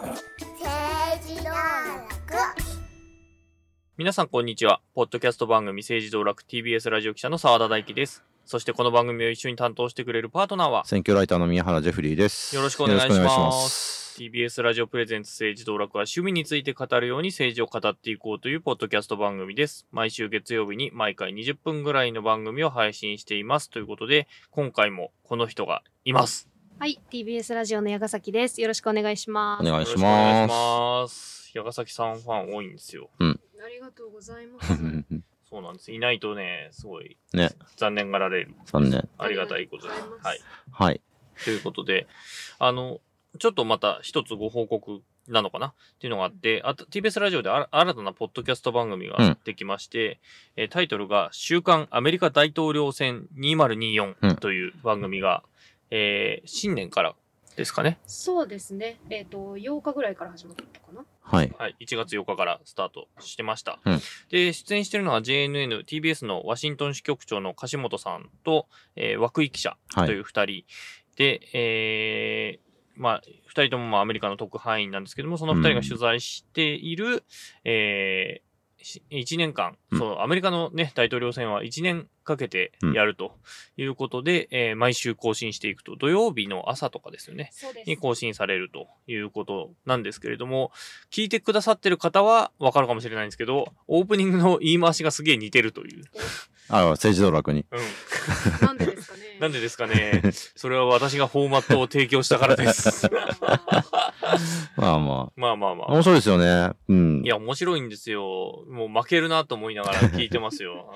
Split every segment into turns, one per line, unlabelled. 政治道楽
皆さんこんにちは。ポッドキャスト番組政治道楽 TBS ラジオ記者の澤田大樹です。そしてこの番組を一緒に担当してくれるパートナーは
選挙ライターの宮原ジェフリーです。
よろしくお願いします
よろくお願い
TBS ラジオプレゼンツ政治道楽は趣味について語るように政治を語っていこうというポッドキャスト番組です。毎週月曜日に毎回20分ぐらいの番組を配信しています。ということで、今回もこの人がいます。
はい、TBS ラジオの矢ヶ崎です。よろしくお願いしま
お
す。
願いし
よろ
ま
くお
す。
願いします。矢ヶ崎さんファン多いんですよ。
ありがとうございます。
そうなんです。いないとね、すごい、
ね
残念がられる。
残念。
ありがたいことです
ありがとう。ござ
はいい
ま。
はい。
ということで、あの、ちょっとまた一つご報告なのかなっていうのがあって、あと TBS ラジオであ新たなポッドキャスト番組
う
が
ん
できまして、えータイトルが週刊アメリカ大統領選
うん
2024という番組が、えー新年からですかね。
そうですね。えっ、と、8日ぐらいから始まったかな。
はい。
はい、1月4日からスタートしてました。
うん
で、出演してるのは JNN、TBS のワシントン支局長の樫本さんと、えー、涌井記者
はい
という2人で、えーまあ、2人ともまあアメリカの特派員なんですけども、その2人が取材している、え1年間、
うん
そのアメリカの、ね、大統領選は1年かけてやるということで、えー毎週更新していくと、土曜日の朝とかですよね。
そうで
に更新されるということなんですけれども、聞いてくださってる方はわかるかもしれないんですけど、オープニングの言い回しがすげえ似てるという。
あ、政治道楽に。
うん。
なんでですかね。
なんでですか ね。それは私がフォーマットを提供したからです。
あ
まあま
まあまあま
あ。
あ。
面白いですよね。うん
い。や、面白いんですよ。もう負けるなと思いながら聞いてますよ。なんか。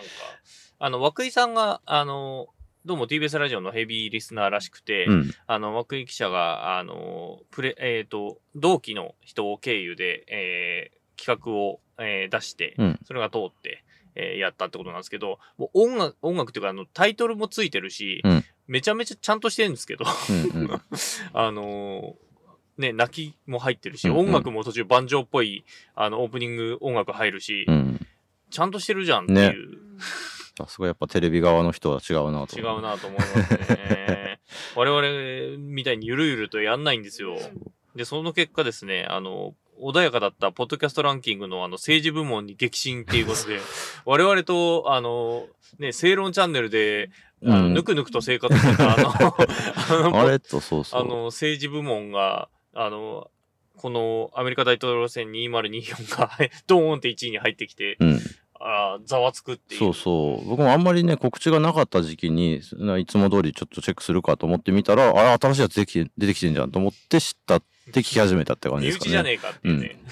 あの、涌井さんが、あの、どうも TBS ラジオのヘビーリスナーらしくて、
うん。
あの、涌井記者が、あの、プレ、えっ、と、同期の人を経由で、えー企画を、えー出して、
うん
それが通って、えーやったってことなんですけど、もう音楽、音楽っていうか、あの、タイトルもついてるし、
うん
めちゃめちゃちゃんとしてるんですけど、
うんうん。
あのーね、泣きも入ってるし、
うんうん
音楽も途中盤上っぽい、あの、オープニング音楽入るし、
うん。
ちゃんとしてるじゃんっていう。
さすがやっぱテレビ側の人は違うなと。
違うなと思います ね。我々みたいにゆるゆるとやんないんですよ。で、その結果ですね、あの、穏やかだったポッドキャストランキングのあの政治部門に激震っていう ことで、我々と、あの、ね、正論チャンネルで、あの、
うん
ぬくぬくと生活してた、 あの、あの
あれと、そうそ
あ
う。
の政治部門が、あの、このアメリカ大統領選2024が ドーンって1位に入ってきて、
うん。
あーざわつくっていう。
そうそう。僕もあんまりね、告知がなかった時期に、いつも通りちょっとチェックするかと思ってみたら、あれ、新しいやつ出てきて出てきてんじゃんと思って知ったって聞き始めたって感じ
身
ですか
内
ね。
じゃねえかっていうね。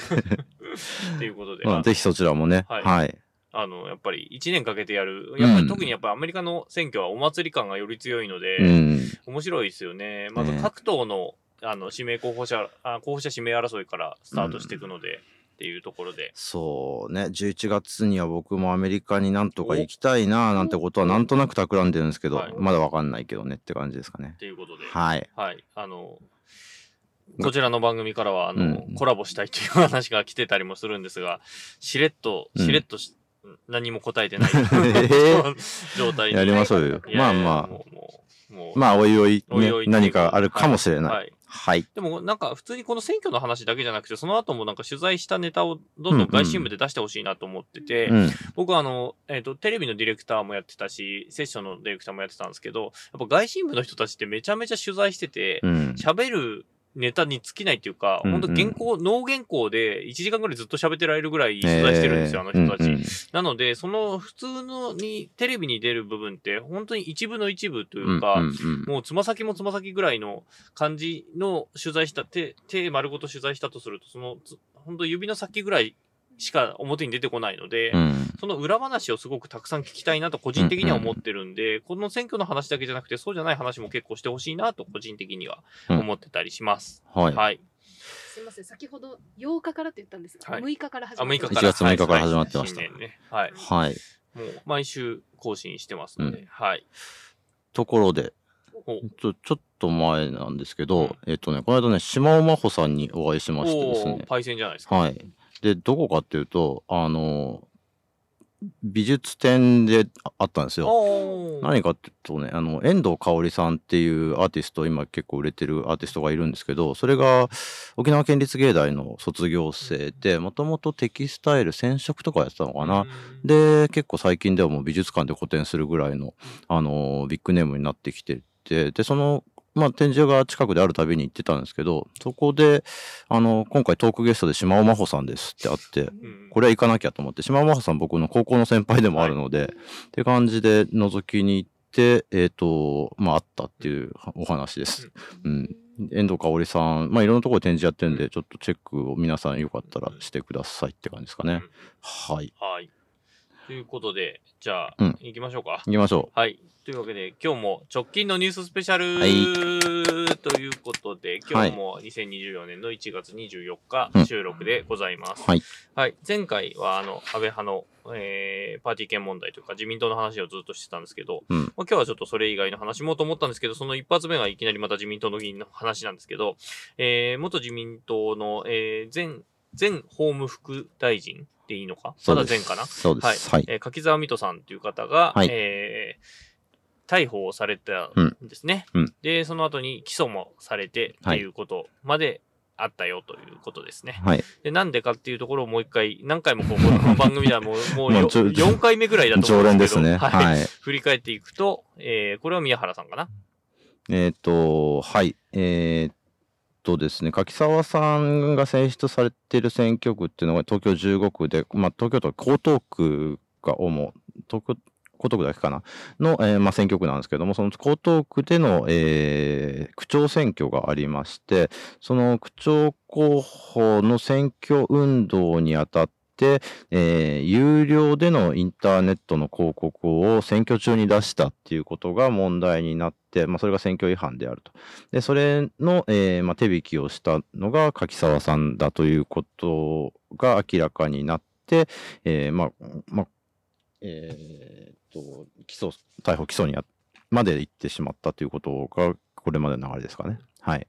っていうことで、
うん、ぜひそちらもね、
はい
はい。
あの、やっぱり1年かけてやる。やっぱ
う
り
ん
特にやっぱりアメリカの選挙はお祭り感がより強いので、
うん。
面白いですよね。まず
ね
各党の,、あの指名候補者あ、候補者指名争いからスタートしていくので、っていうところで。
そうね11月には僕もアメリカになんとか行きたいななんてことはなんとなく企んでるんですけど、
はい
まだわかんないけどねって感じですかね
っていうことで。
はい
はい。あの、こちらの番組からは、あの、
うん
コラボしたいという話が来てたりもするんですが、しれっと、
うん
しれっとし、何も答えてない 状態に
やりましょうよ
いやい
まあ
や
ま
もう、もう、も
あまあおいおい,、ね、
おいおい
何かあるかもしれな
は
いはい
い、
はい、
でもなんか普通にこの選挙の話だけじゃなくて、その後もなんか取材したネタをどんどん外新部で出してほしいなと思ってて、
うん
僕はあの、えっ、と、テレビのディレクターもやってたし、セッションのディレクターもやってたんですけど、やっぱ外新部の人たちってめちゃめちゃ取材してて
う、ん
喋、るネタに尽きないっていうか、
うんう
ほんと
ん
原稿、脳原稿で1時間ぐらいずっと喋ってられるぐらい取材してるんですよ、あの人たち。
うんうん
なので、その普通のに、テレビに出る部分って、本当に一部の一部というか、
うんうん
もうつま先もつま先ぐらいの感じの取材した、手、手丸ごと取材したとすると、そのつ、本当指の先ぐらいしか表に出てこないので、
うんうん
その裏話をすごくたくさん聞きたいなと個人的には思ってるんで、この選挙の話だけじゃなくて、そうじゃない話も結構してほしいなと個人的には思ってたりします。
はい、
はい。
すみません、先ほど8日からと言ったんですが、
はい
6日から始
あ、6
まっ
日
た。
から。
1月6日から始まってました
はい新年ね。はい。
はい、
もう毎週更新してますので、
う
はい。
ところで
お
ちょちょっと前なんですけど、
うん
えっとねこの間ね島尾真帆さんにお会いしましてです
お
ね
ー、パイセンじゃないですか。
はい。で、どこかっていうと、あの、美術展でああったんですよ。
おー
何かっていうとねあの遠藤香織さんっていうアーティスト今結構売れてるアーティストがいるんですけどそれが沖縄県立芸大の卒業生でもともとテキスタイル染色とかやってたのかな、
うん
で結構最近ではもう美術館で個展するぐらいの、あのービッグネームになってきててでその、まあ、展示が近くであるたびに行ってたんですけどそこで、あの今回トークゲストで島尾真帆さんですってあって
うん
これは行かなきゃと思って島尾真帆さん僕の高校の先輩でもあるので、って感じで覗きに行ってえっ、とまああったっていうお話です。うん遠藤香織さん、まあ、いろんなところで展示やってるんで、ちょっとチェックを皆さんよかったらしてくださいって感じですかね。はい。
はい。ということで、じゃあ、
うん
行きましょうか。
行きましょう。
はい。というわけで、今日も直近のニューススペシャル、ということで、今日も2024年の1月24日
うん
収録でございます。
はい。
はい。前回は、あの、安倍派の、えー、パーティー券問題というか自民党の話をずっとしてたんですけど、
うん
まあ、今日はちょっとそれ以外の話もと思ったんですけど、その一発目がいきなりまた自民党の議員の話なんですけど、えー、元自民党の、えー、前、前法務副大臣でいいのか
そ
ま
う
だ
です
前かな
そうです。はい。
えー柿沢水戸さんという方が、
はい
えー逮捕をされた
うん
んですね、
うん
で、その後に起訴もされてって
はい
いうことまであったよということですね。
はい。
で、なんでかっていうところをもう一回、何回もこうこの番組ではも うもう
まあ
よ
ちょ
4回目ぐらいだと思
常
うん
連
で
ですす
けど、
ね。
はい
はい。
振り返っていくと、えーこれは宮原さんかな。
えっと、はい。えーっとですね、柿沢さんが選出されている選挙区っていうのが東京15区で、まあ、東京都江東区が主、東京江東区だけかなの、えーまあ、選挙区なんですけども、その江東区での、えー区長選挙がありまして、その区長候補の選挙運動にあたって、えー有料でのインターネットの広告を選挙中に出したっていうことが問題になって、まあ、それが選挙違反であると。で、それの、えーまあ、手引きをしたのが柿沢さんだということが明らかになって、えーまあ、まあ、えーっと、起訴、逮捕起訴にあまで行ってしまったということが、これまでの流れですかね。はい。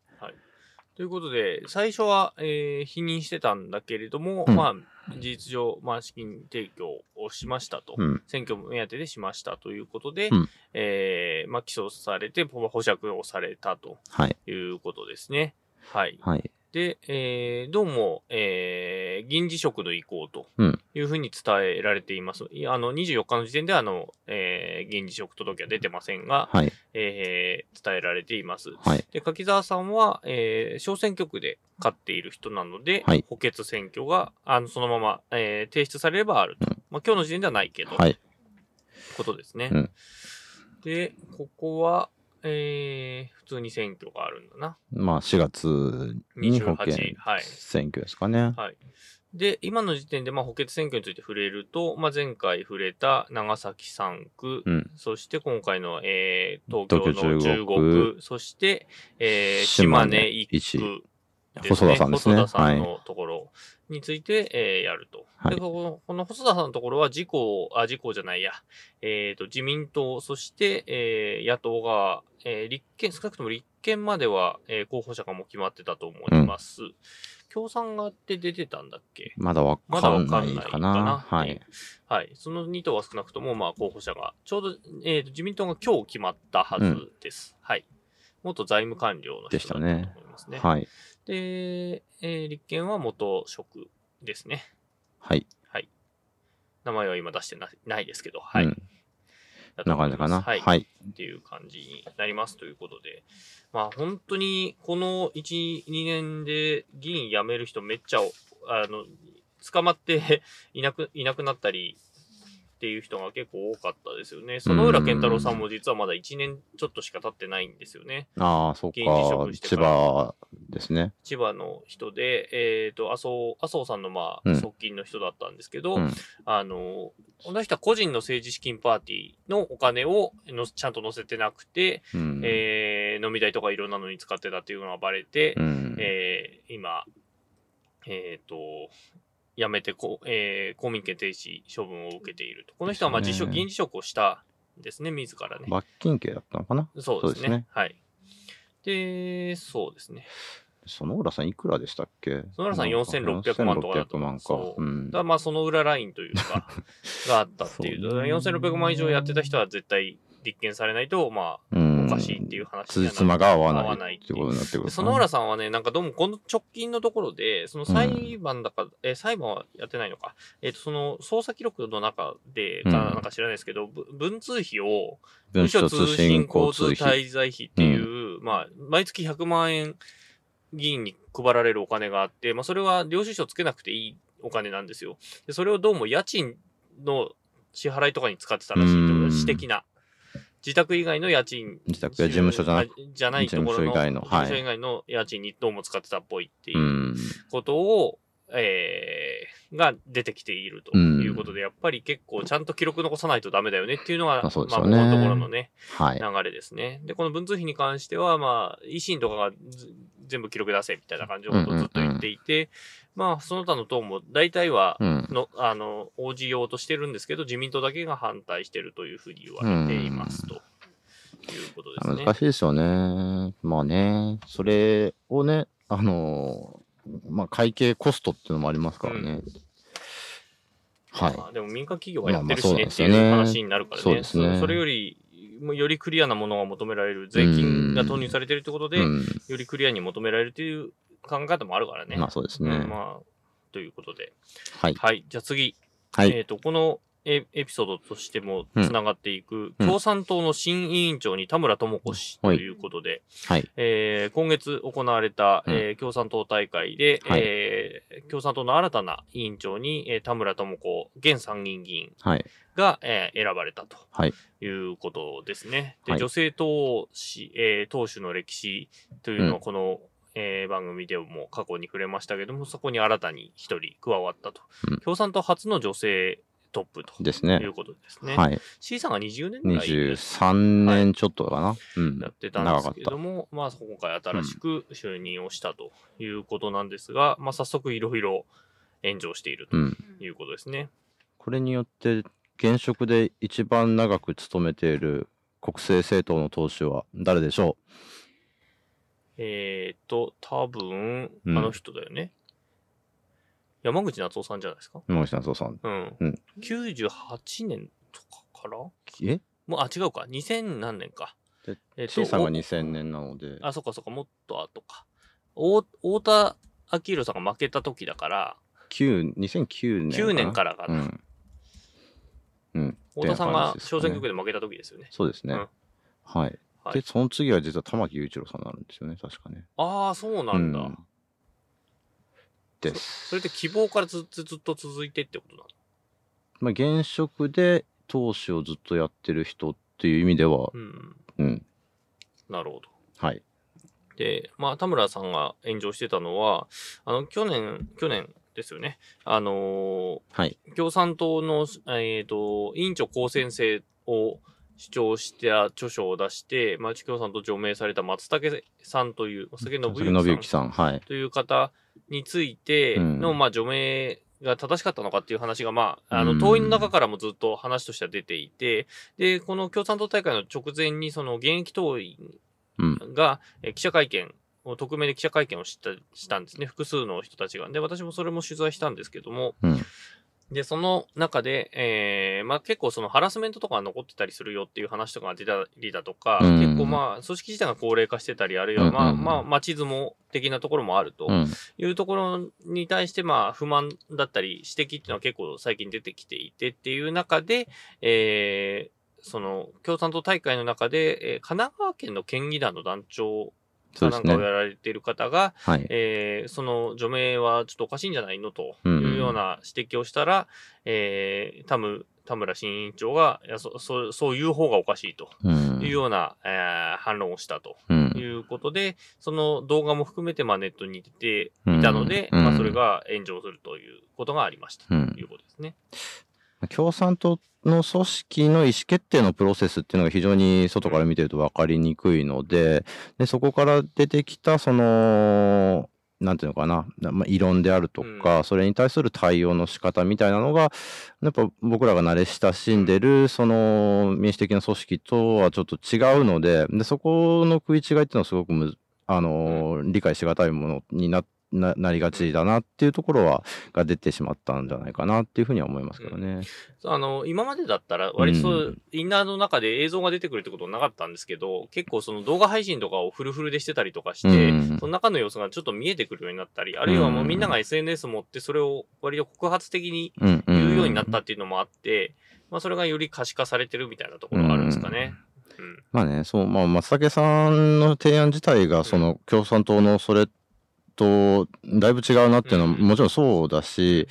ということで、最初は、えー否認してたんだけれども、
うん
まあ、事実上、まあ、資金提供をしましたと。
うん。
選挙目当てでしましたということで、
うん
えーまあ、起訴されて、ほ保釈をされたと
はい。
いうことですね。はい。
はい。
で、えーどうも、えー、議員辞職の意向と
うん
いうふうに伝えられています。いあの、24日の時点で、あの、えー、議員辞職届は出てませんが、
はい。
えー伝えられています。
はい。
で、柿沢さんは、えー小選挙区で勝っている人なので、
はい
補欠選挙が、あの、そのまま、えー提出されればあると。
うん
まあ、今日の時点ではないけど、
はい。
ことですね。
うん
で、ここは、えー、普通に選挙があるんだな。
まあ、4月に保
28
険
はい
選挙ですかね。
はい。で、今の時点で、まあ、補欠選挙について触れると、まあ、前回触れた長崎3区、
うん。
そして今回の、えー、東京の
東京
中
15
国、そして、えー島
島
根
根
1区、
細田さんです
細
ね。
田さ
は
ん
い。
のところについて、えーやると。
はい
でこの、この細田さんのところは自公、あ、自公じゃないや、えっ、と、自民党、そして、えー野党が、えー立憲、少なくとも立憲までは、えー候補者がもう決まってたと思います。共産がって出てたんだっけ
まだわ
ま
か
だわ
ん
か
なんい
ない
か
か
な
な。。
はい。。
はい。その2党は少なくとも、まあ、候補者が、ちょうど、えっ、と、自民党が今日決まったはずです。はい。元財務官僚の人だ
で
っ
したた
と
ね
思いますね。
はい。
で、えー立憲は元職ですね。
はい。
名前は今出してなないですけど、
う
はい。
ん。
だと
な
思
感
い
じ
ます
かな。
はい。
はい。
っていう感じになりますということで、まあ本当にこの1、2年で議員辞める人めっちゃ、あの、捕まって いなく、いなくなったりっていう人が結構多かったですよね。その浦健太郎さんも実はまだ1年ちょっとしか経ってないんですよね。
ああ、そっか
議員辞職し。て
千
から
葉ですね。
千葉の人で、えっ、と、麻生、麻生さんのま
う
あ、
ん
側近の人だったんですけど、
うん
あの、この人は個人の政治資金パーティーのお金をのちゃんと載せてなくて、
うん。
えー飲み代とかいろんなのに使ってたっていうのがバレて、
うん。
えー今、えっ、と、辞めてこ、えー公民権停止処分を受けていると。この人はまあ辞職、
ですね
議員辞職をしたんですね、自らね。
罰金刑だったのかな。
そうですね。
そうですね
はい。で、そうですね。
園浦さんいくらでしたっけ
園浦さん4600万とかだと
4600万か
そう。
うん
だからまあその裏ラインという か、があったっていう。
そ
だ
う
から4600万以上やってた人は絶対立件されないと、ま
う
あ
ん
おかしいっていう話
つ
に
じ
は
つまが合
合
わ
わ
な
ないい
ってことになってくる
で園浦さんはね、なんかどうもこの直近のところで、その裁判だか、え裁判はやってないのか、えっ、と、その捜査記録の中でか
うん
なんか知らないですけど、ぶ文通費を、
文書
通
通
信
信
交
交
通
通費
滞在費っていう、まあ、毎月100万円議員に配られるお金があって、まあ、それは領収書つけなくていいお金なんですよ。でそれをどうも家賃の支払いとかに使ってたらしいというう、
ん
私的な。自宅以外の家賃。
自宅や事務所じゃなく
あじゃないところの。
事務所以外の
事務所
はい
以外の家賃にどうも使ってたっぽいっていううんことを、えーが出てきているということで、やっぱり結構ちゃんと記録残さないとダメだよねっていうのが、
まあそうです
まあ、
よ
この
ね
ところのね、
はい
流れですね。で、この文通費に関しては、まあ、維新とかがず全部記録出せみたいな感じのことをずっと言っていて、まあ、その他の党も大体は、
うん
の、あの、応じようとしてるんですけど、自民党だけが反対してるというふうに言われていますと。いうことですね
難。しいですよね。まあね、それをね、あのーまあ会計コストっていうのもありますからね。はい。
まあでも民間企業がやってる
まあ
し
まあそうな
ね
んで
って
すよね
いう話になるからね。
そうですね
そそれより、もうよりクリアなものが求められる、税金が投入されてるってことで、
うん、
よりクリアに求められるという考え方もあるからね。
まあそうですね。
うんまあ、ということで。
はい。
はい、じゃあ次、
はい。
えっ、と、このエエピソードとしても
うん
つながっていく、
うん
共産党の新委員長に田村智子氏と
はい
いうことで、
はい。
えー今月行われた、
うん
えー共産党大会で、
はい
えー共産党の新たな委員長に、えー田村智子現参議院議員
はい。
が、えー選ばれたと。
はい。
いうことですね。で、
はい
女性党首、えー党首の歴史というの
う
は、この、えー番組でも過去に触れましたけども、そこに新たに一人加わったと、
うん
共産党初の女性トップと
ですね
いうことですね。
はい。
C さんが20年ぐらいです
23年ちょっとかな。うん
や。ってたんですけども、まあ、今回新しく就任をしたということなんですが、まあ、早速いろいろ炎上していると
うん。
うん
いうことですね。
これによって、現職で一番長く務めている国政政党の党首は誰でしょ
えっ、と、多分、あ
うん
の人だよね。山口夏夫さんじゃないですか。
う森下夏夫さん。
うん。
うん
98年とかからも
え
う、あ、違うか。2000何年か。
で
えっ
?C さんが
お
2000年なので。
あ、そっかそっか。もっと後か。お太田昭宏さんが負けた時だから、
9 2009年かな。
9年からか
う
な。
ん。うん。
太田さんが小選挙
で
区。で負けた時ですよね。
そうですね。
うん
はい。
はい
で、その次は実は玉木雄一郎さんになるんですよね、確かね。
ああ、そうなんだ。
うです。
それって希望からずっとずっと続いてってことなの
まあ、現職で投資をずっとやってる人っていう意味では、
うん。
うん。
なるほど。
はい。
で、まあ、田村さんが炎上してたのは、あの、去年、去年ですよね。あの
はい。
ー共産党の、えっ、と、委員長公選制を主張した著書を出して、まあ、共産党除名された松竹さんという、松竹信
佐々木
之
信之
さん
さん、はい。
という方についての、
うん
まあ、除名が正しかったのかっていう話が、まあ、あ
う
の、
ん
党員の中からもずっと話としては出ていて、で、この共産党大会の直前に、その現役党員
うん。
が、えー記者会見を、匿名で記者会見をしたしたんですね、複数の人たちが。で、私もそれも取材したんですけども、
うん
で、その中で、えーまあ結構そのハラスメントとかが残ってたりするよっていう話とかが出たりだとか、
うん
結構まあ組織自体が高齢化してたり、あるいはまあ、
うんうんうん
まあ、町相撲的なところもあると。
うん。
いうところに対して、まあ、不満だったり、指摘っていうのは結構最近出てきていてっていう中で、えーその、共産党大会の中で、えー神奈川県の県議団の団長
そ
か
うで
なんか
すね
を。やられている方が、
はい。
えーその除名はちょっとおかしいんじゃないのと
うんうん
いうような指摘をしたら、えー、田む田村新委員長がいやそそ、そういう方がおかしいと
うん
いう。ような、えー反論をしたと
うん
いうことで、その動画も含めて、まあ、ネットに出ていたので、
うん
ま
う
あ、
ん
それが炎上するということがありましたと
うん
いうことですね。
共産党の組織の意思決定のプロセスっていうのが非常に外から見てると分かりにくいのででそこから出てきたそのなんていうのかな、まあ、異論であるとか、それに対する対応の仕方みたいなのがやっぱ僕らが慣れ親しんでるその民主的な組織とはちょっと違うのででそこの食い違いっていうのはすごくむあのー理解しがたいものになななりがちだなっていうところはが出てしまったんじゃないかなっていうふうには思いますけどね。
あの、今までだったら、割とそうう、インナーの中で映像が出てくるってことなかったんですけど、結構その動画配信とかをフルフルでしてたりとかし
う
て、
ん
その中の様子がちょっと見えてくるようになったり、あるいはもうみんなが SNS 持ってそれを割と告発的に
うん
言うようになったっていうのもあって、まあそれがより可視化されてるみたいなところがあるんですかね。うん。
まあね、そう、まあ、松竹さんの提案自体が、その、共産党のそれと、だいぶ違うなっていうのは、
うん
もちろんそうだし、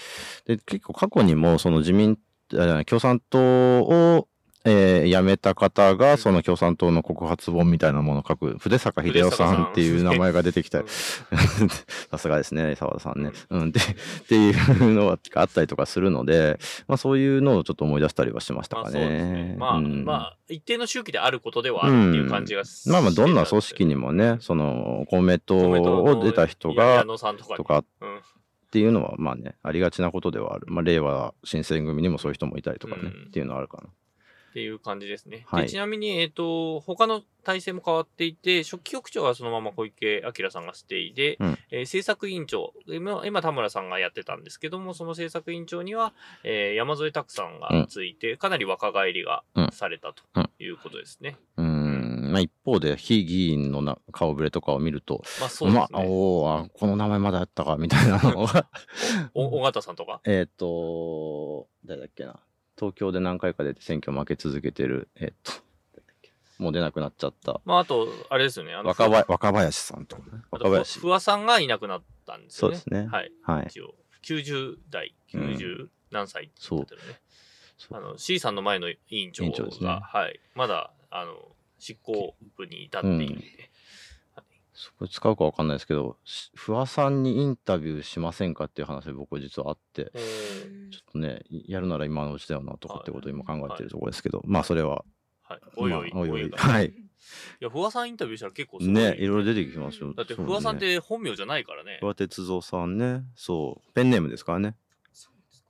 で、結構過去にも、その自民、あじゃない共産党を、えー辞めた方
う
が、
ん
その共産党の告発本みたいなものを書く、筆坂秀夫さんっていう名前が出てきたり、 さすがですね、澤田さんね。うん、で、 っていうのがあったりとかするので、まあそういうのをちょっと思い出したりはしました
まあ
か
そうですね
ね。。
まあ、
うん
まあ、一定の周期であることではあるっていう感じがして
まあまあどんな組織
してたんですよ
にもね、その公明党
コメント
を
の
出た人
いや
が
矢野さんとか
とかっ
うん
ていうのはまあね、ありがちなことではある。まあ令和新選組にもそういう人もいたりとかね、
うん
っていうのはあるか
っ
な。
ていう感じですね。
はい
でちなみに、えっ、と、他の体制も変わっていて、初期局長はそのまま小池晃さんがステイで、
うん
えー政策委員長、今、今田村さんがやってたんですけども、その政策委員長には、えー山添拓さんがついて、かなり若返りがされたと
うん
いうことですね。
うん、まあ一方で非議員のな顔ぶれとかを見ると、
まあそうですね。
まあ、おーあ、この名前まだあったかみたいなのが、
お尾形さんとか。
えっと、誰だっけな、東京で何回か出て選挙負け続けてる、えっ、と、誰だっけもう出なくなっちゃった。
まああと、あれですよね。あの
若林若林さんとか
あ
ね。若
と
林。
ふわさんがいなくなったんです
そ
よ
う
ね。
ですね。
はい。
はい。
一応、90代、
うん
90何歳って言ってたよね。
そう
あの C さんの前の委員長が、
委員長ですね
はい、まだあの執行部に至っているんで、
そこ使うかわかんないですけど、し不破さんにインタビューしませんかっていう話、僕実はあって、
えー
ちょっとね、やるなら今のうちだよなとかってことを今考えて
は
る
い
ところですけど、まあそれは、
はい、おいおい、
まあ
おい おいが。
はいい。
や、不破さんインタビューしたら結構すごい。
ね、いろいろ出てきますよ。
だって
そう
不
ね
破さんっ、て本名じゃないからね
不。破哲三さんね、そう、ペンネームですからね。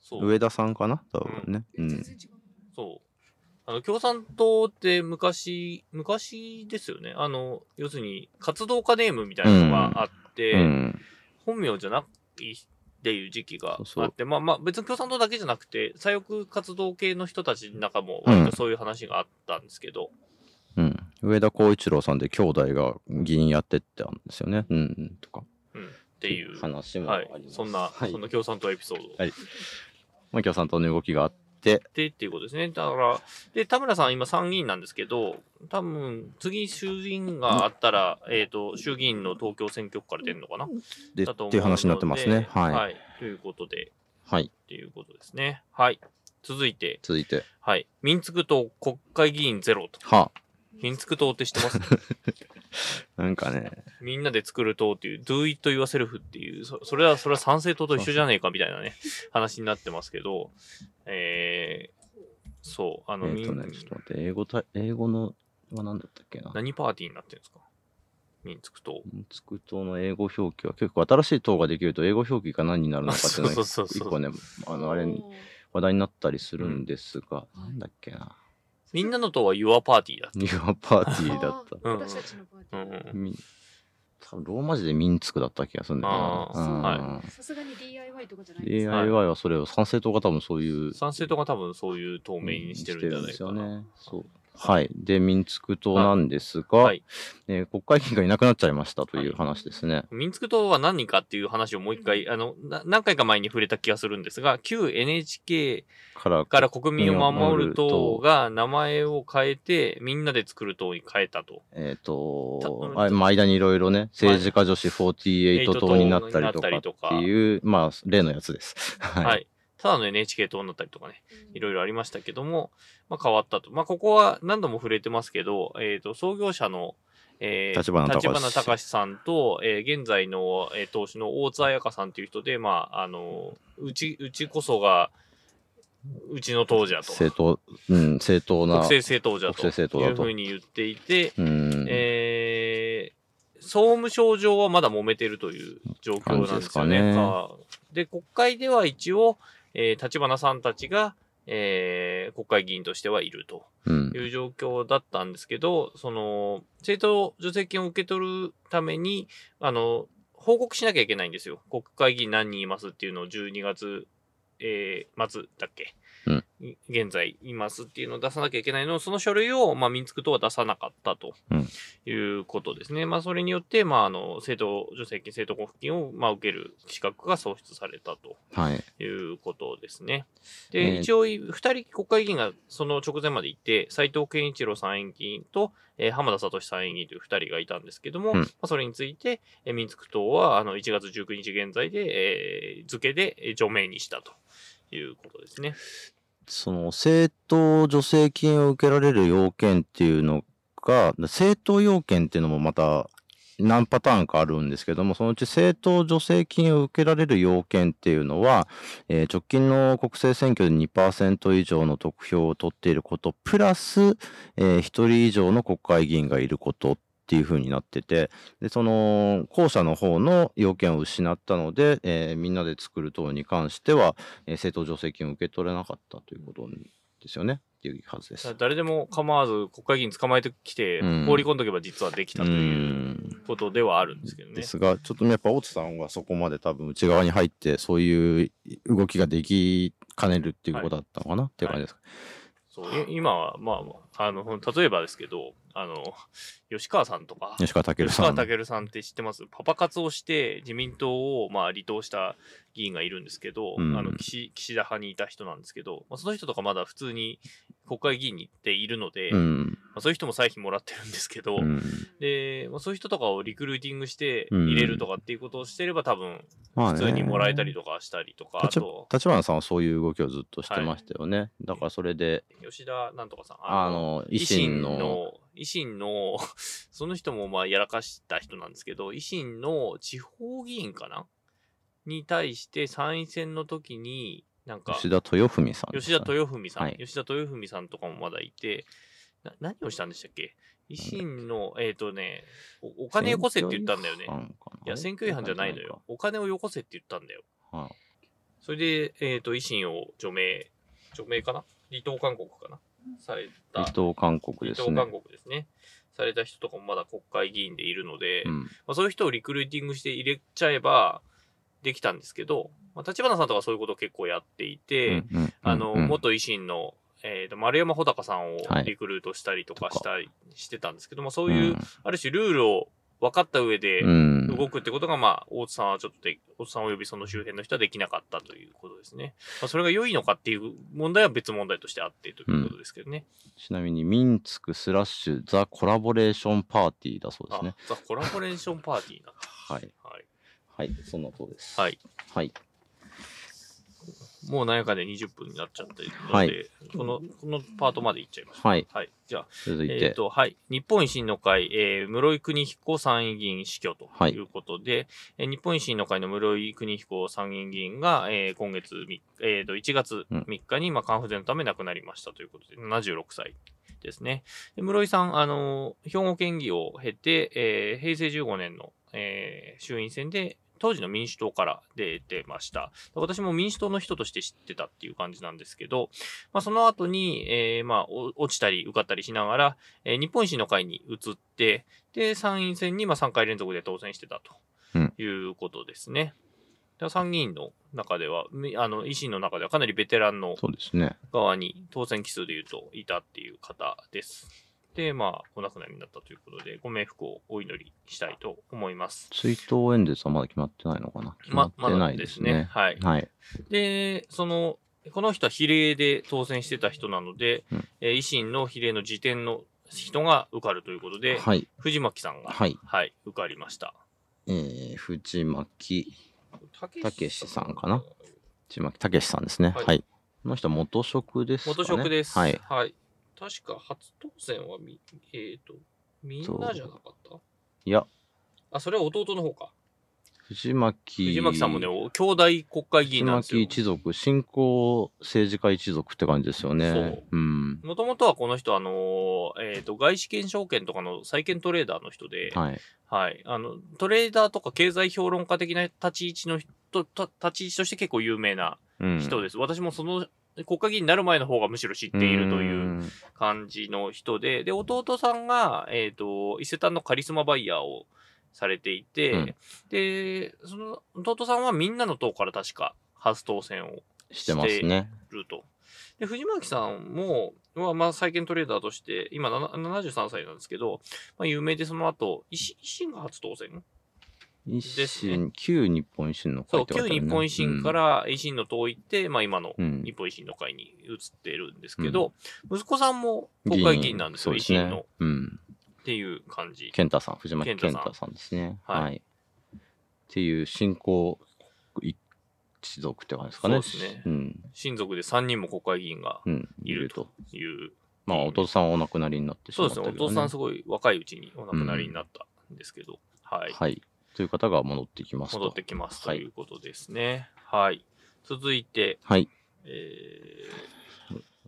そう。
上田さんかな多分ね。うん。
そう。あの、共産党って昔、昔ですよね。あの、要するに活動家ネームみたいなのがあって、
うん
本名じゃないっていう時期があって、
そう
まあまあ別に共産党だけじゃなくて、左翼活動系の人たちの中も割とそういう話があったんですけど、
うん、上田浩一郎さんで兄弟が議員やってったんですよね。うんうん、とか。っ
うん、っていう。
話もあ
はい
ります。。
そんな、
はい
そんな共産党エピソード
はいまあ共産党の動きがあって、
でっていうことですね。だから、で、田村さん今参議院なんですけど、多分、次衆議院があったら、えっ、と、衆議院の東京選挙区から出るのかな
で
だと思ので
っていう話になってますね。はい。は
は
い。
い。ということで、っていうことですね。はい。続いて、
続いて。
はい。民族党国会議員ゼロと。
は
民族党って知ってます
あ。なんかね。
みんなで作る党っていう、do it yourself っていう、そそれは、それは賛成党と一緒じゃねえかみたいなね、話になってますけど、えー、そう、あ
えっ、
の、み
と
ん
ね、ちょっと待って、英語た、英語の、は何だったっけな。
何パーティーになってるんですか民族党。
民族党の英語表記は結構新しい党ができると英語表記が何になるのかっていう
そうそ
のが
うそう
一
そう
個ね、あの、あれ、話題になったりするんですが、なんだっけな。
みんなの党は your パーティーだって。
ニューパーティーだった。
うん
私たちのパーテ
う
ィ
んう
ー。
ん。
み多分ローマ字で民族だった気がするんだよ
あー
な。うん
は
さすがに DIY とかじゃないですか。
DIY はそれを賛成党が多分そういう
賛成党が多分そういう透明にしてるんじゃないかな。
してるんですよね。そう。はい。で、民族党なんですが、
はい
えー国会議員がいなくなっちゃいましたという話ですね。
民族党は何かっていう話をもう一回、あの、な何回か前に触れた気がするんですが、旧 NHK
から、
から国民を守る党が名前を変えて、みんなで作る党に変えたと。
えっ、と、
た
あまあ、間にいろいろね、政治家女子48党になったりとかっていう、まあ、例のやつです。はい。
はい。ただの NHK 党になったりとかね、いろいろありましたけども、まあ変わったと。まあここは何度も触れてますけど、えっ、と、創業者の、えー
橘隆
橘隆さんと、えー現在の、えー党首の大津彩香さんという人で、まあ、あの、うち、うちこそが、うちの党じゃと。
正当、うん、正当な。
国政政党じゃ
国政
と。
政党
い
だ
う
と
ふうに言っていて、
うん、
えー、総務省上はまだ揉めてるという状況なんですよね。
感じですかね
かで、国会では一応、えー、立花さんたちが、えー国会議員としてはいると
うん
い。う状況だったんですけど、その、政党助成金を受け取るために、あの、報告しなきゃいけないんですよ。国会議員何人いますっていうのを12月、えー末だっけ、
うん
い現在いますっていうのを出さなきゃいけないのを、その書類を、まあ、民ク党は出さなかったと
うん
いうことですね。まあ、それによって、まあ、あの、政党助成金、政党交付金を、まあ、受ける資格が創出されたと。
はい。
いうことですね。
え
で、
ー
一応、2人国会議員がその直前までいて、斉藤健一郎参院議員と、えー浜田聡参院議員という2人がいたんですけども、
うん
まあ、それについて、えー民族党はあの1月19日現在で、えー付けでえー除名にしたということですね。
その政党助成金を受けられる要件っていうのが、政党要件っていうのもまた何パターンかあるんですけども、そのうち政党助成金を受けられる要件っていうのは、えー直近の国政選挙で2%以上の得票を取っていること、プラス、え1人以上の国会議員がいることっていう風になってて、で、その、後者の方の要件を失ったので、えーみんなで作る党に関しては、えー政党助成金を受け取れなかったということですよね。っていうはずで
だから
す。
誰でも構わず国会議員捕まえてきて
うん、
放り込んどけば実はできた
う。
というんことではあるんですけどね
で。すが、ちょっとやっぱ大津さんはそこまで多分内側に入って、そういう動きができかねるっていうことだったのかな、っていう感じですか。
そうい今は、まあまあ、あの、例えばですけど、あの、吉川さんとか、
吉川健
吉
さ
川
ん。
健さんって知ってますパパ活をして自民党をまあ離党した議員がいるんですけど、
うん
あの岸岸田派にいた人なんですけど、まあ、その人とかまだ普通に国会議員に行っているので、
う
ま
ん。
あ、そういう人も歳費もらってるんですけど、
うん。
でまあ、そういう人とかをリクルーティングして
うん
入れるとかっていうことをしてれば多分
まあ
普通
ね
にもらえたりとかしたりとか、あ
立
と
立花さんはそういう動きをずっとしてましたよね。だからそれで、
吉田なんとかさん
あの、維新の、
維新の、維 新のその人もまあやらかした人なんですけど、維新の地方議員かなに対して参院選の時に、なんか、
吉田豊文さんです
吉
かね、
田豊文さん、
はい
吉田豊文さんとかもまだいて、な何をしたんでしたっけ維新の、えっ、とねお、お金よこせって言ったんだよね。いや、選挙違反じゃないのよ。。お金をよこせって言ったんだよ。
は
それで、えっ、と、維新を除名、除名かな離党勧告かなされ
い
た
離党勧告
離
です
党
ね。
勧告ですね。された人とかもまだ国会議員でいるので、
うん。
まあ、そういう人をリクルーティングして入れちゃえばできたんですけど、まあ、立花さんとかそういうことを結構やっていて、
うんうん
あの、
うん
元維新の、えー、と丸山穂高さんを
はい
リクルートしたりとか
とか
したりしてたんですけど、まあ、そういう、ある種ルールを分かった上で
うん
動くってことが、まあ、大津さんはちょっとで、大津さん及びその周辺の人はできなかったということですね。まあ、それが良いのかっていう問題は別問題としてあってということですけどね。
ちなみに、ミンツクスラッシュザコラボレーションパーティーだそうですね。
あザ・コラボレーションパーティーなんだ。
はい。
はい。
はい、そんなそうです。
はい。
はい。
もう何やかんで20分になっちゃってるので、
はい
この、このパートまでいっちゃいました。
はい。
はい。じゃあ、
続い
えっ、
て、
と、はい。日本維新の会、えー、室井邦彦参院議員死去と
はい
いうことで、えー日本維新の会の室井邦彦参院議員が、えー今月み、えーと、1月
うん
3日に、まあ、肝不全のため亡くなりましたということで、76歳ですね。で室井さん、あのー、兵庫県議を経て、えー平成15年の、えー衆院選で、当時の民主党から出てました。私も民主党の人として知ってたっていう感じなんですけど、まあ、その後に、えーまあ、お落ちたり受かったりしながら、えー日本維新の会に移って、で、参院選にまあ3回連続で当選してた
うん
ということですね。で参議院の中では、みあの維新の中ではかなりベテランの
そうですね。
側に当選奇数で言うといたっていう方です。で、まあ、お亡くなりになったということで、ご冥福をお祈りしたいと思います。
追悼演説はまだ決まってないのかな決ま
まま
っ、てな
だ
い
で
ですす
ね
ね。。
はい。
はい。
で、その、この人は比例で当選してた人なので、
うん
えー維新の比例の辞典の人が受かるということで、
はい。
藤巻さんが、
はい
受かりました。
えー、藤巻、
た
たけしさんかな藤巻たけしさんですね。
はい
はい。この人元職ですかね。
元職です。
はい。
確か初当選はみ、えっ、と、みんなじゃなかった
いや、
あ、それは弟の方か。
藤巻。
藤巻さんもね、お兄弟国会議員なんです
巻
よ。
一族、新興政治家一族って感じですよね。
そう
うん。
もともとはこの人、あのーえっ、と、外資券証券とかの債券トレーダーの人で、
はい。
はい。あの、トレーダーとか経済評論家的な立ち位置の人、た立ち位置として結構有名な
うん
人です。私もその国会議員になる前の方がむしろ知っているという
う
感じの人で、で、弟さんが、えっ、と、伊勢丹のカリスマバイヤーをされていて、
うん
で、その弟さんはみんなの党から確か初当選を
してますね。
ると。で、藤巻さんも、まあ、まあ、債券トレーダーとして、今なな73歳なんですけど、まあ、有名でその後、維新維新が初当選
一
ですね
新、旧日本維新の
そ
会
う、
って書い
旧
てあ
日
るね
本維新か、ら維新の党行って、まあ、今の
うんうん
日本維新の会に移ってるんですけど、息子さんも国会議員なんですよ、
そう
維
ですね
新の。。
うん。
っていう感じ。
健太さん、藤巻
健
健
太
太さんですね。
はい
はい。っていう信仰一族って感じですかね。
そうですね
うん。
親族で3人も国会議員が
うん。
いるという。
まあ、お父さんはお亡くなりになってし
そ
ま
う
っ
で
た
す
け
ね、
ど、
お
ね。
父さんすごい若いうちにお亡くなりになったんですけど、はい。
はい。という方が戻ってきますと。
戻ってきますと
はい
いうことですね。はい。続いて、
はい。
えー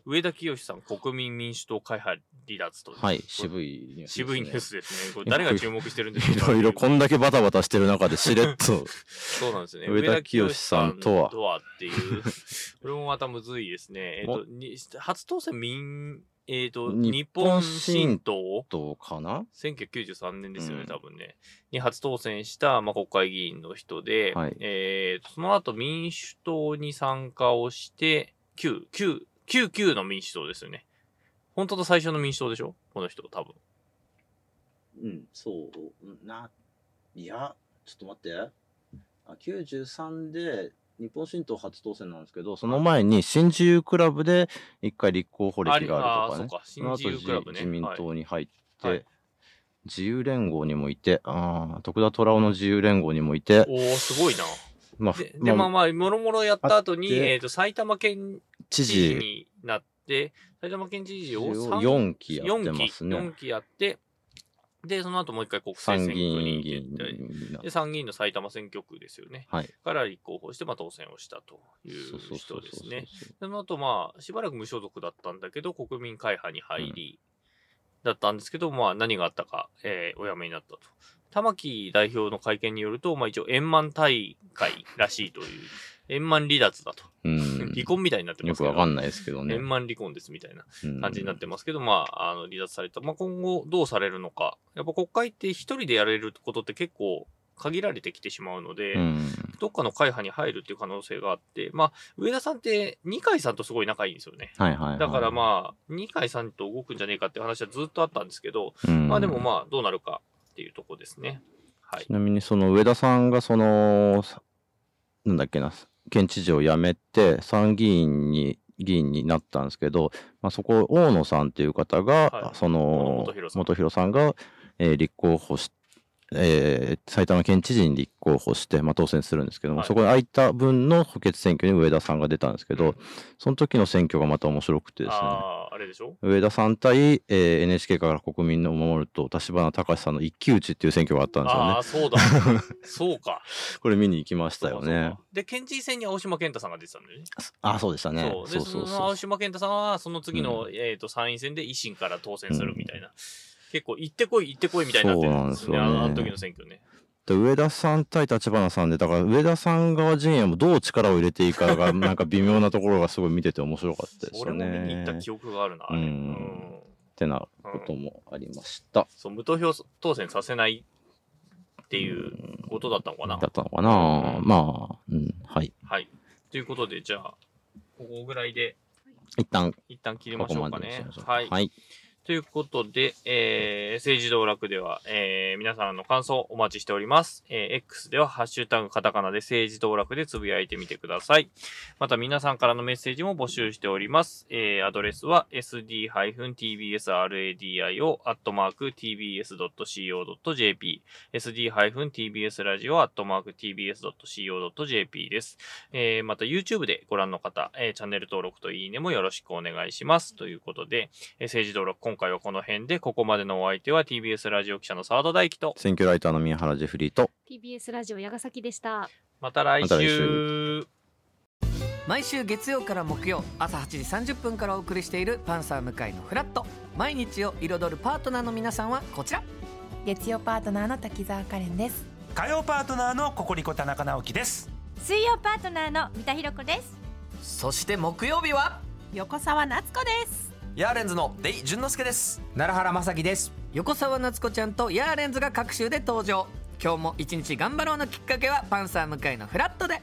上田清さん、国民民主党会派離脱という。
はい。渋いニュース、
渋いニュー。スですね。これ誰が注目してるんです
い
か
ろいろこんだけバタバタしてる中でしれっと。
そうなんですね。
上田清さんと
上田
は
清とはっていう。 これもまたむずいですね。えっ、と、に初当選民、えっ、と、日
日
本
本
新
新
党
どうかな
1993年ですよね、
うん
多分ね。に初当選した、まあ、国会議員の人で、
はい
えーその後民主党に参加をして、9、9、99の民主党ですよね。本当の最初の民主党でしょこの人、多分。
うん、そう、な、いや、ちょっと待って。あ93で日本新党初当選なんですけど、その前に新自由クラブで一回立候補歴があるとか
あ
ね
ー。そうか、
そ
新
の
自
後
由クラブね。
自自民
はい
党に入って、
はい
自由連合にもいて、ああ、徳田虎雄の自由連合にもいて、
おー、すごいな。
まあ、
で、
ふ
でまあ
まあ、
まあ、もろもろやった後に、
あって
えっ、と、埼玉県
知
知事
事
になって、埼玉県知事を三
4期やって
四
ま
期、
すね
四。期やって、で、その後もう一回国政
参
選
議
挙に行
院議
ってって
員にな
で、参議院の埼玉選挙区ですよね。
はい。
から立候補して、まあ、当選をしたという人ですね。。その後、まあ、しばらく無所属だったんだけど、国民会派に入り、だったんですけど、まあ、何があったか、えーお辞めになったと。玉木代表の会見によると、まあ、一応、円満大会らしい という、円満離脱だと。
うん
離婚みたいになってま
よ
す
く
けど、
わかんないですけどね。
円満離婚ですみたいな感じになって
ま
ますけど、まあ、あの、離脱された。まあ、今後どうされるのか。やっぱ国会って一人でやれることって結構限られてきてしまうので、どっかの会派に入るっていう可能性があって、まあ、上田さんって二階さんとすごい仲いいんですよね。
はいはいはい、
だからまあ、二階さんと動くんじゃねえかって話はずっとあったんですけど、
あ、
まあでもまあ、どうなるかっていうとこですね。はい
ち。なみにその上田さんがそのさなんだっけな県知事を辞めて参議院に議員になったんですけど、まあ、そこ大野さんっていう方が、
はい
その
元博さん
元弘さんが、えー立候補しえー埼玉県知事に立候補して、まあ、当選するんですけども、
はい
そこに空いた分の補欠選挙に上田さんが出たんですけ
う
ど
ん
その時の選挙がまた面白くてですね
ああ、あれでしょ
上田さん対、えー NHK から国民の守ると立花隆さんの一騎打ちっていう選挙があったんですよ
あ
ね
あ、そうだ。 そうか。
これ見に行きましたよ
そう
ね
か。で、県知事選に青島健太さんが出てたんだよね。
あそうでしたね
そう。で、そ
そ
う
そう
の
そ
青
う
島健太さんは、その次の、えっ、と、参院選で維新から当選するみたいな。結構、行ってこい、行ってこいみたいになってるんですよね。
そうなんですよね
あのあの時の選挙ね。
で上田さん対立花さんでだから上田さん側陣営もどう力を入れていい かがなんか微妙なところがすごい見てて面白かったです
俺
よ
も見に行
ね
った記
っ
憶があるな、あれ。
うん
うん
てな
うん
こともありました
そう、無投票当選させないっていうことだったのかな。
だったのかなまあうんはい
はい。ということで、じゃあ、ここぐらいで
一旦
一旦切り
こ
ま
こ
しょ
ま
うか
でにし
ね
ましょ。う
はい。
はい
ということで、えー、政治道楽では、えー、皆さんの感想お待ちしております。えー、X では、ハッシュタグカタカナで政治道楽でつぶやいてみてください。また皆さんからのメッセージも募集しております。えー、アドレスは sd-tbsradio.tbs.co.jp sd-tbsradio.tbs.co.jp です。えーまた YouTube でご覧の方、えーチャンネル登録といいねもよろしくお願いします。ということで、えー政治登録今回はこの辺で、ここまでのお相手は TBS ラジオ記者の沢田大樹と、
選挙ライターの宮原ジェフリーと
TBS ラジオ矢ヶ崎でした。
また来
また来
週。
毎週月曜から木曜朝8時30分からお送りしている「パンサー向井のフラット」毎日を彩るパートナーの皆さんはこちら
月曜パートナーの滝沢カレンです
火曜パートナーのココリコ田中直樹です
水曜パートナーの三田寛子です
そして木曜日は
横澤夏子です
ヤーレンズのデイ淳之介です奈良原雅樹です
横澤夏子ちゃんとヤーレンズが各週で登場今日も一日頑張ろうのきっかけはパンサー向井のフラットで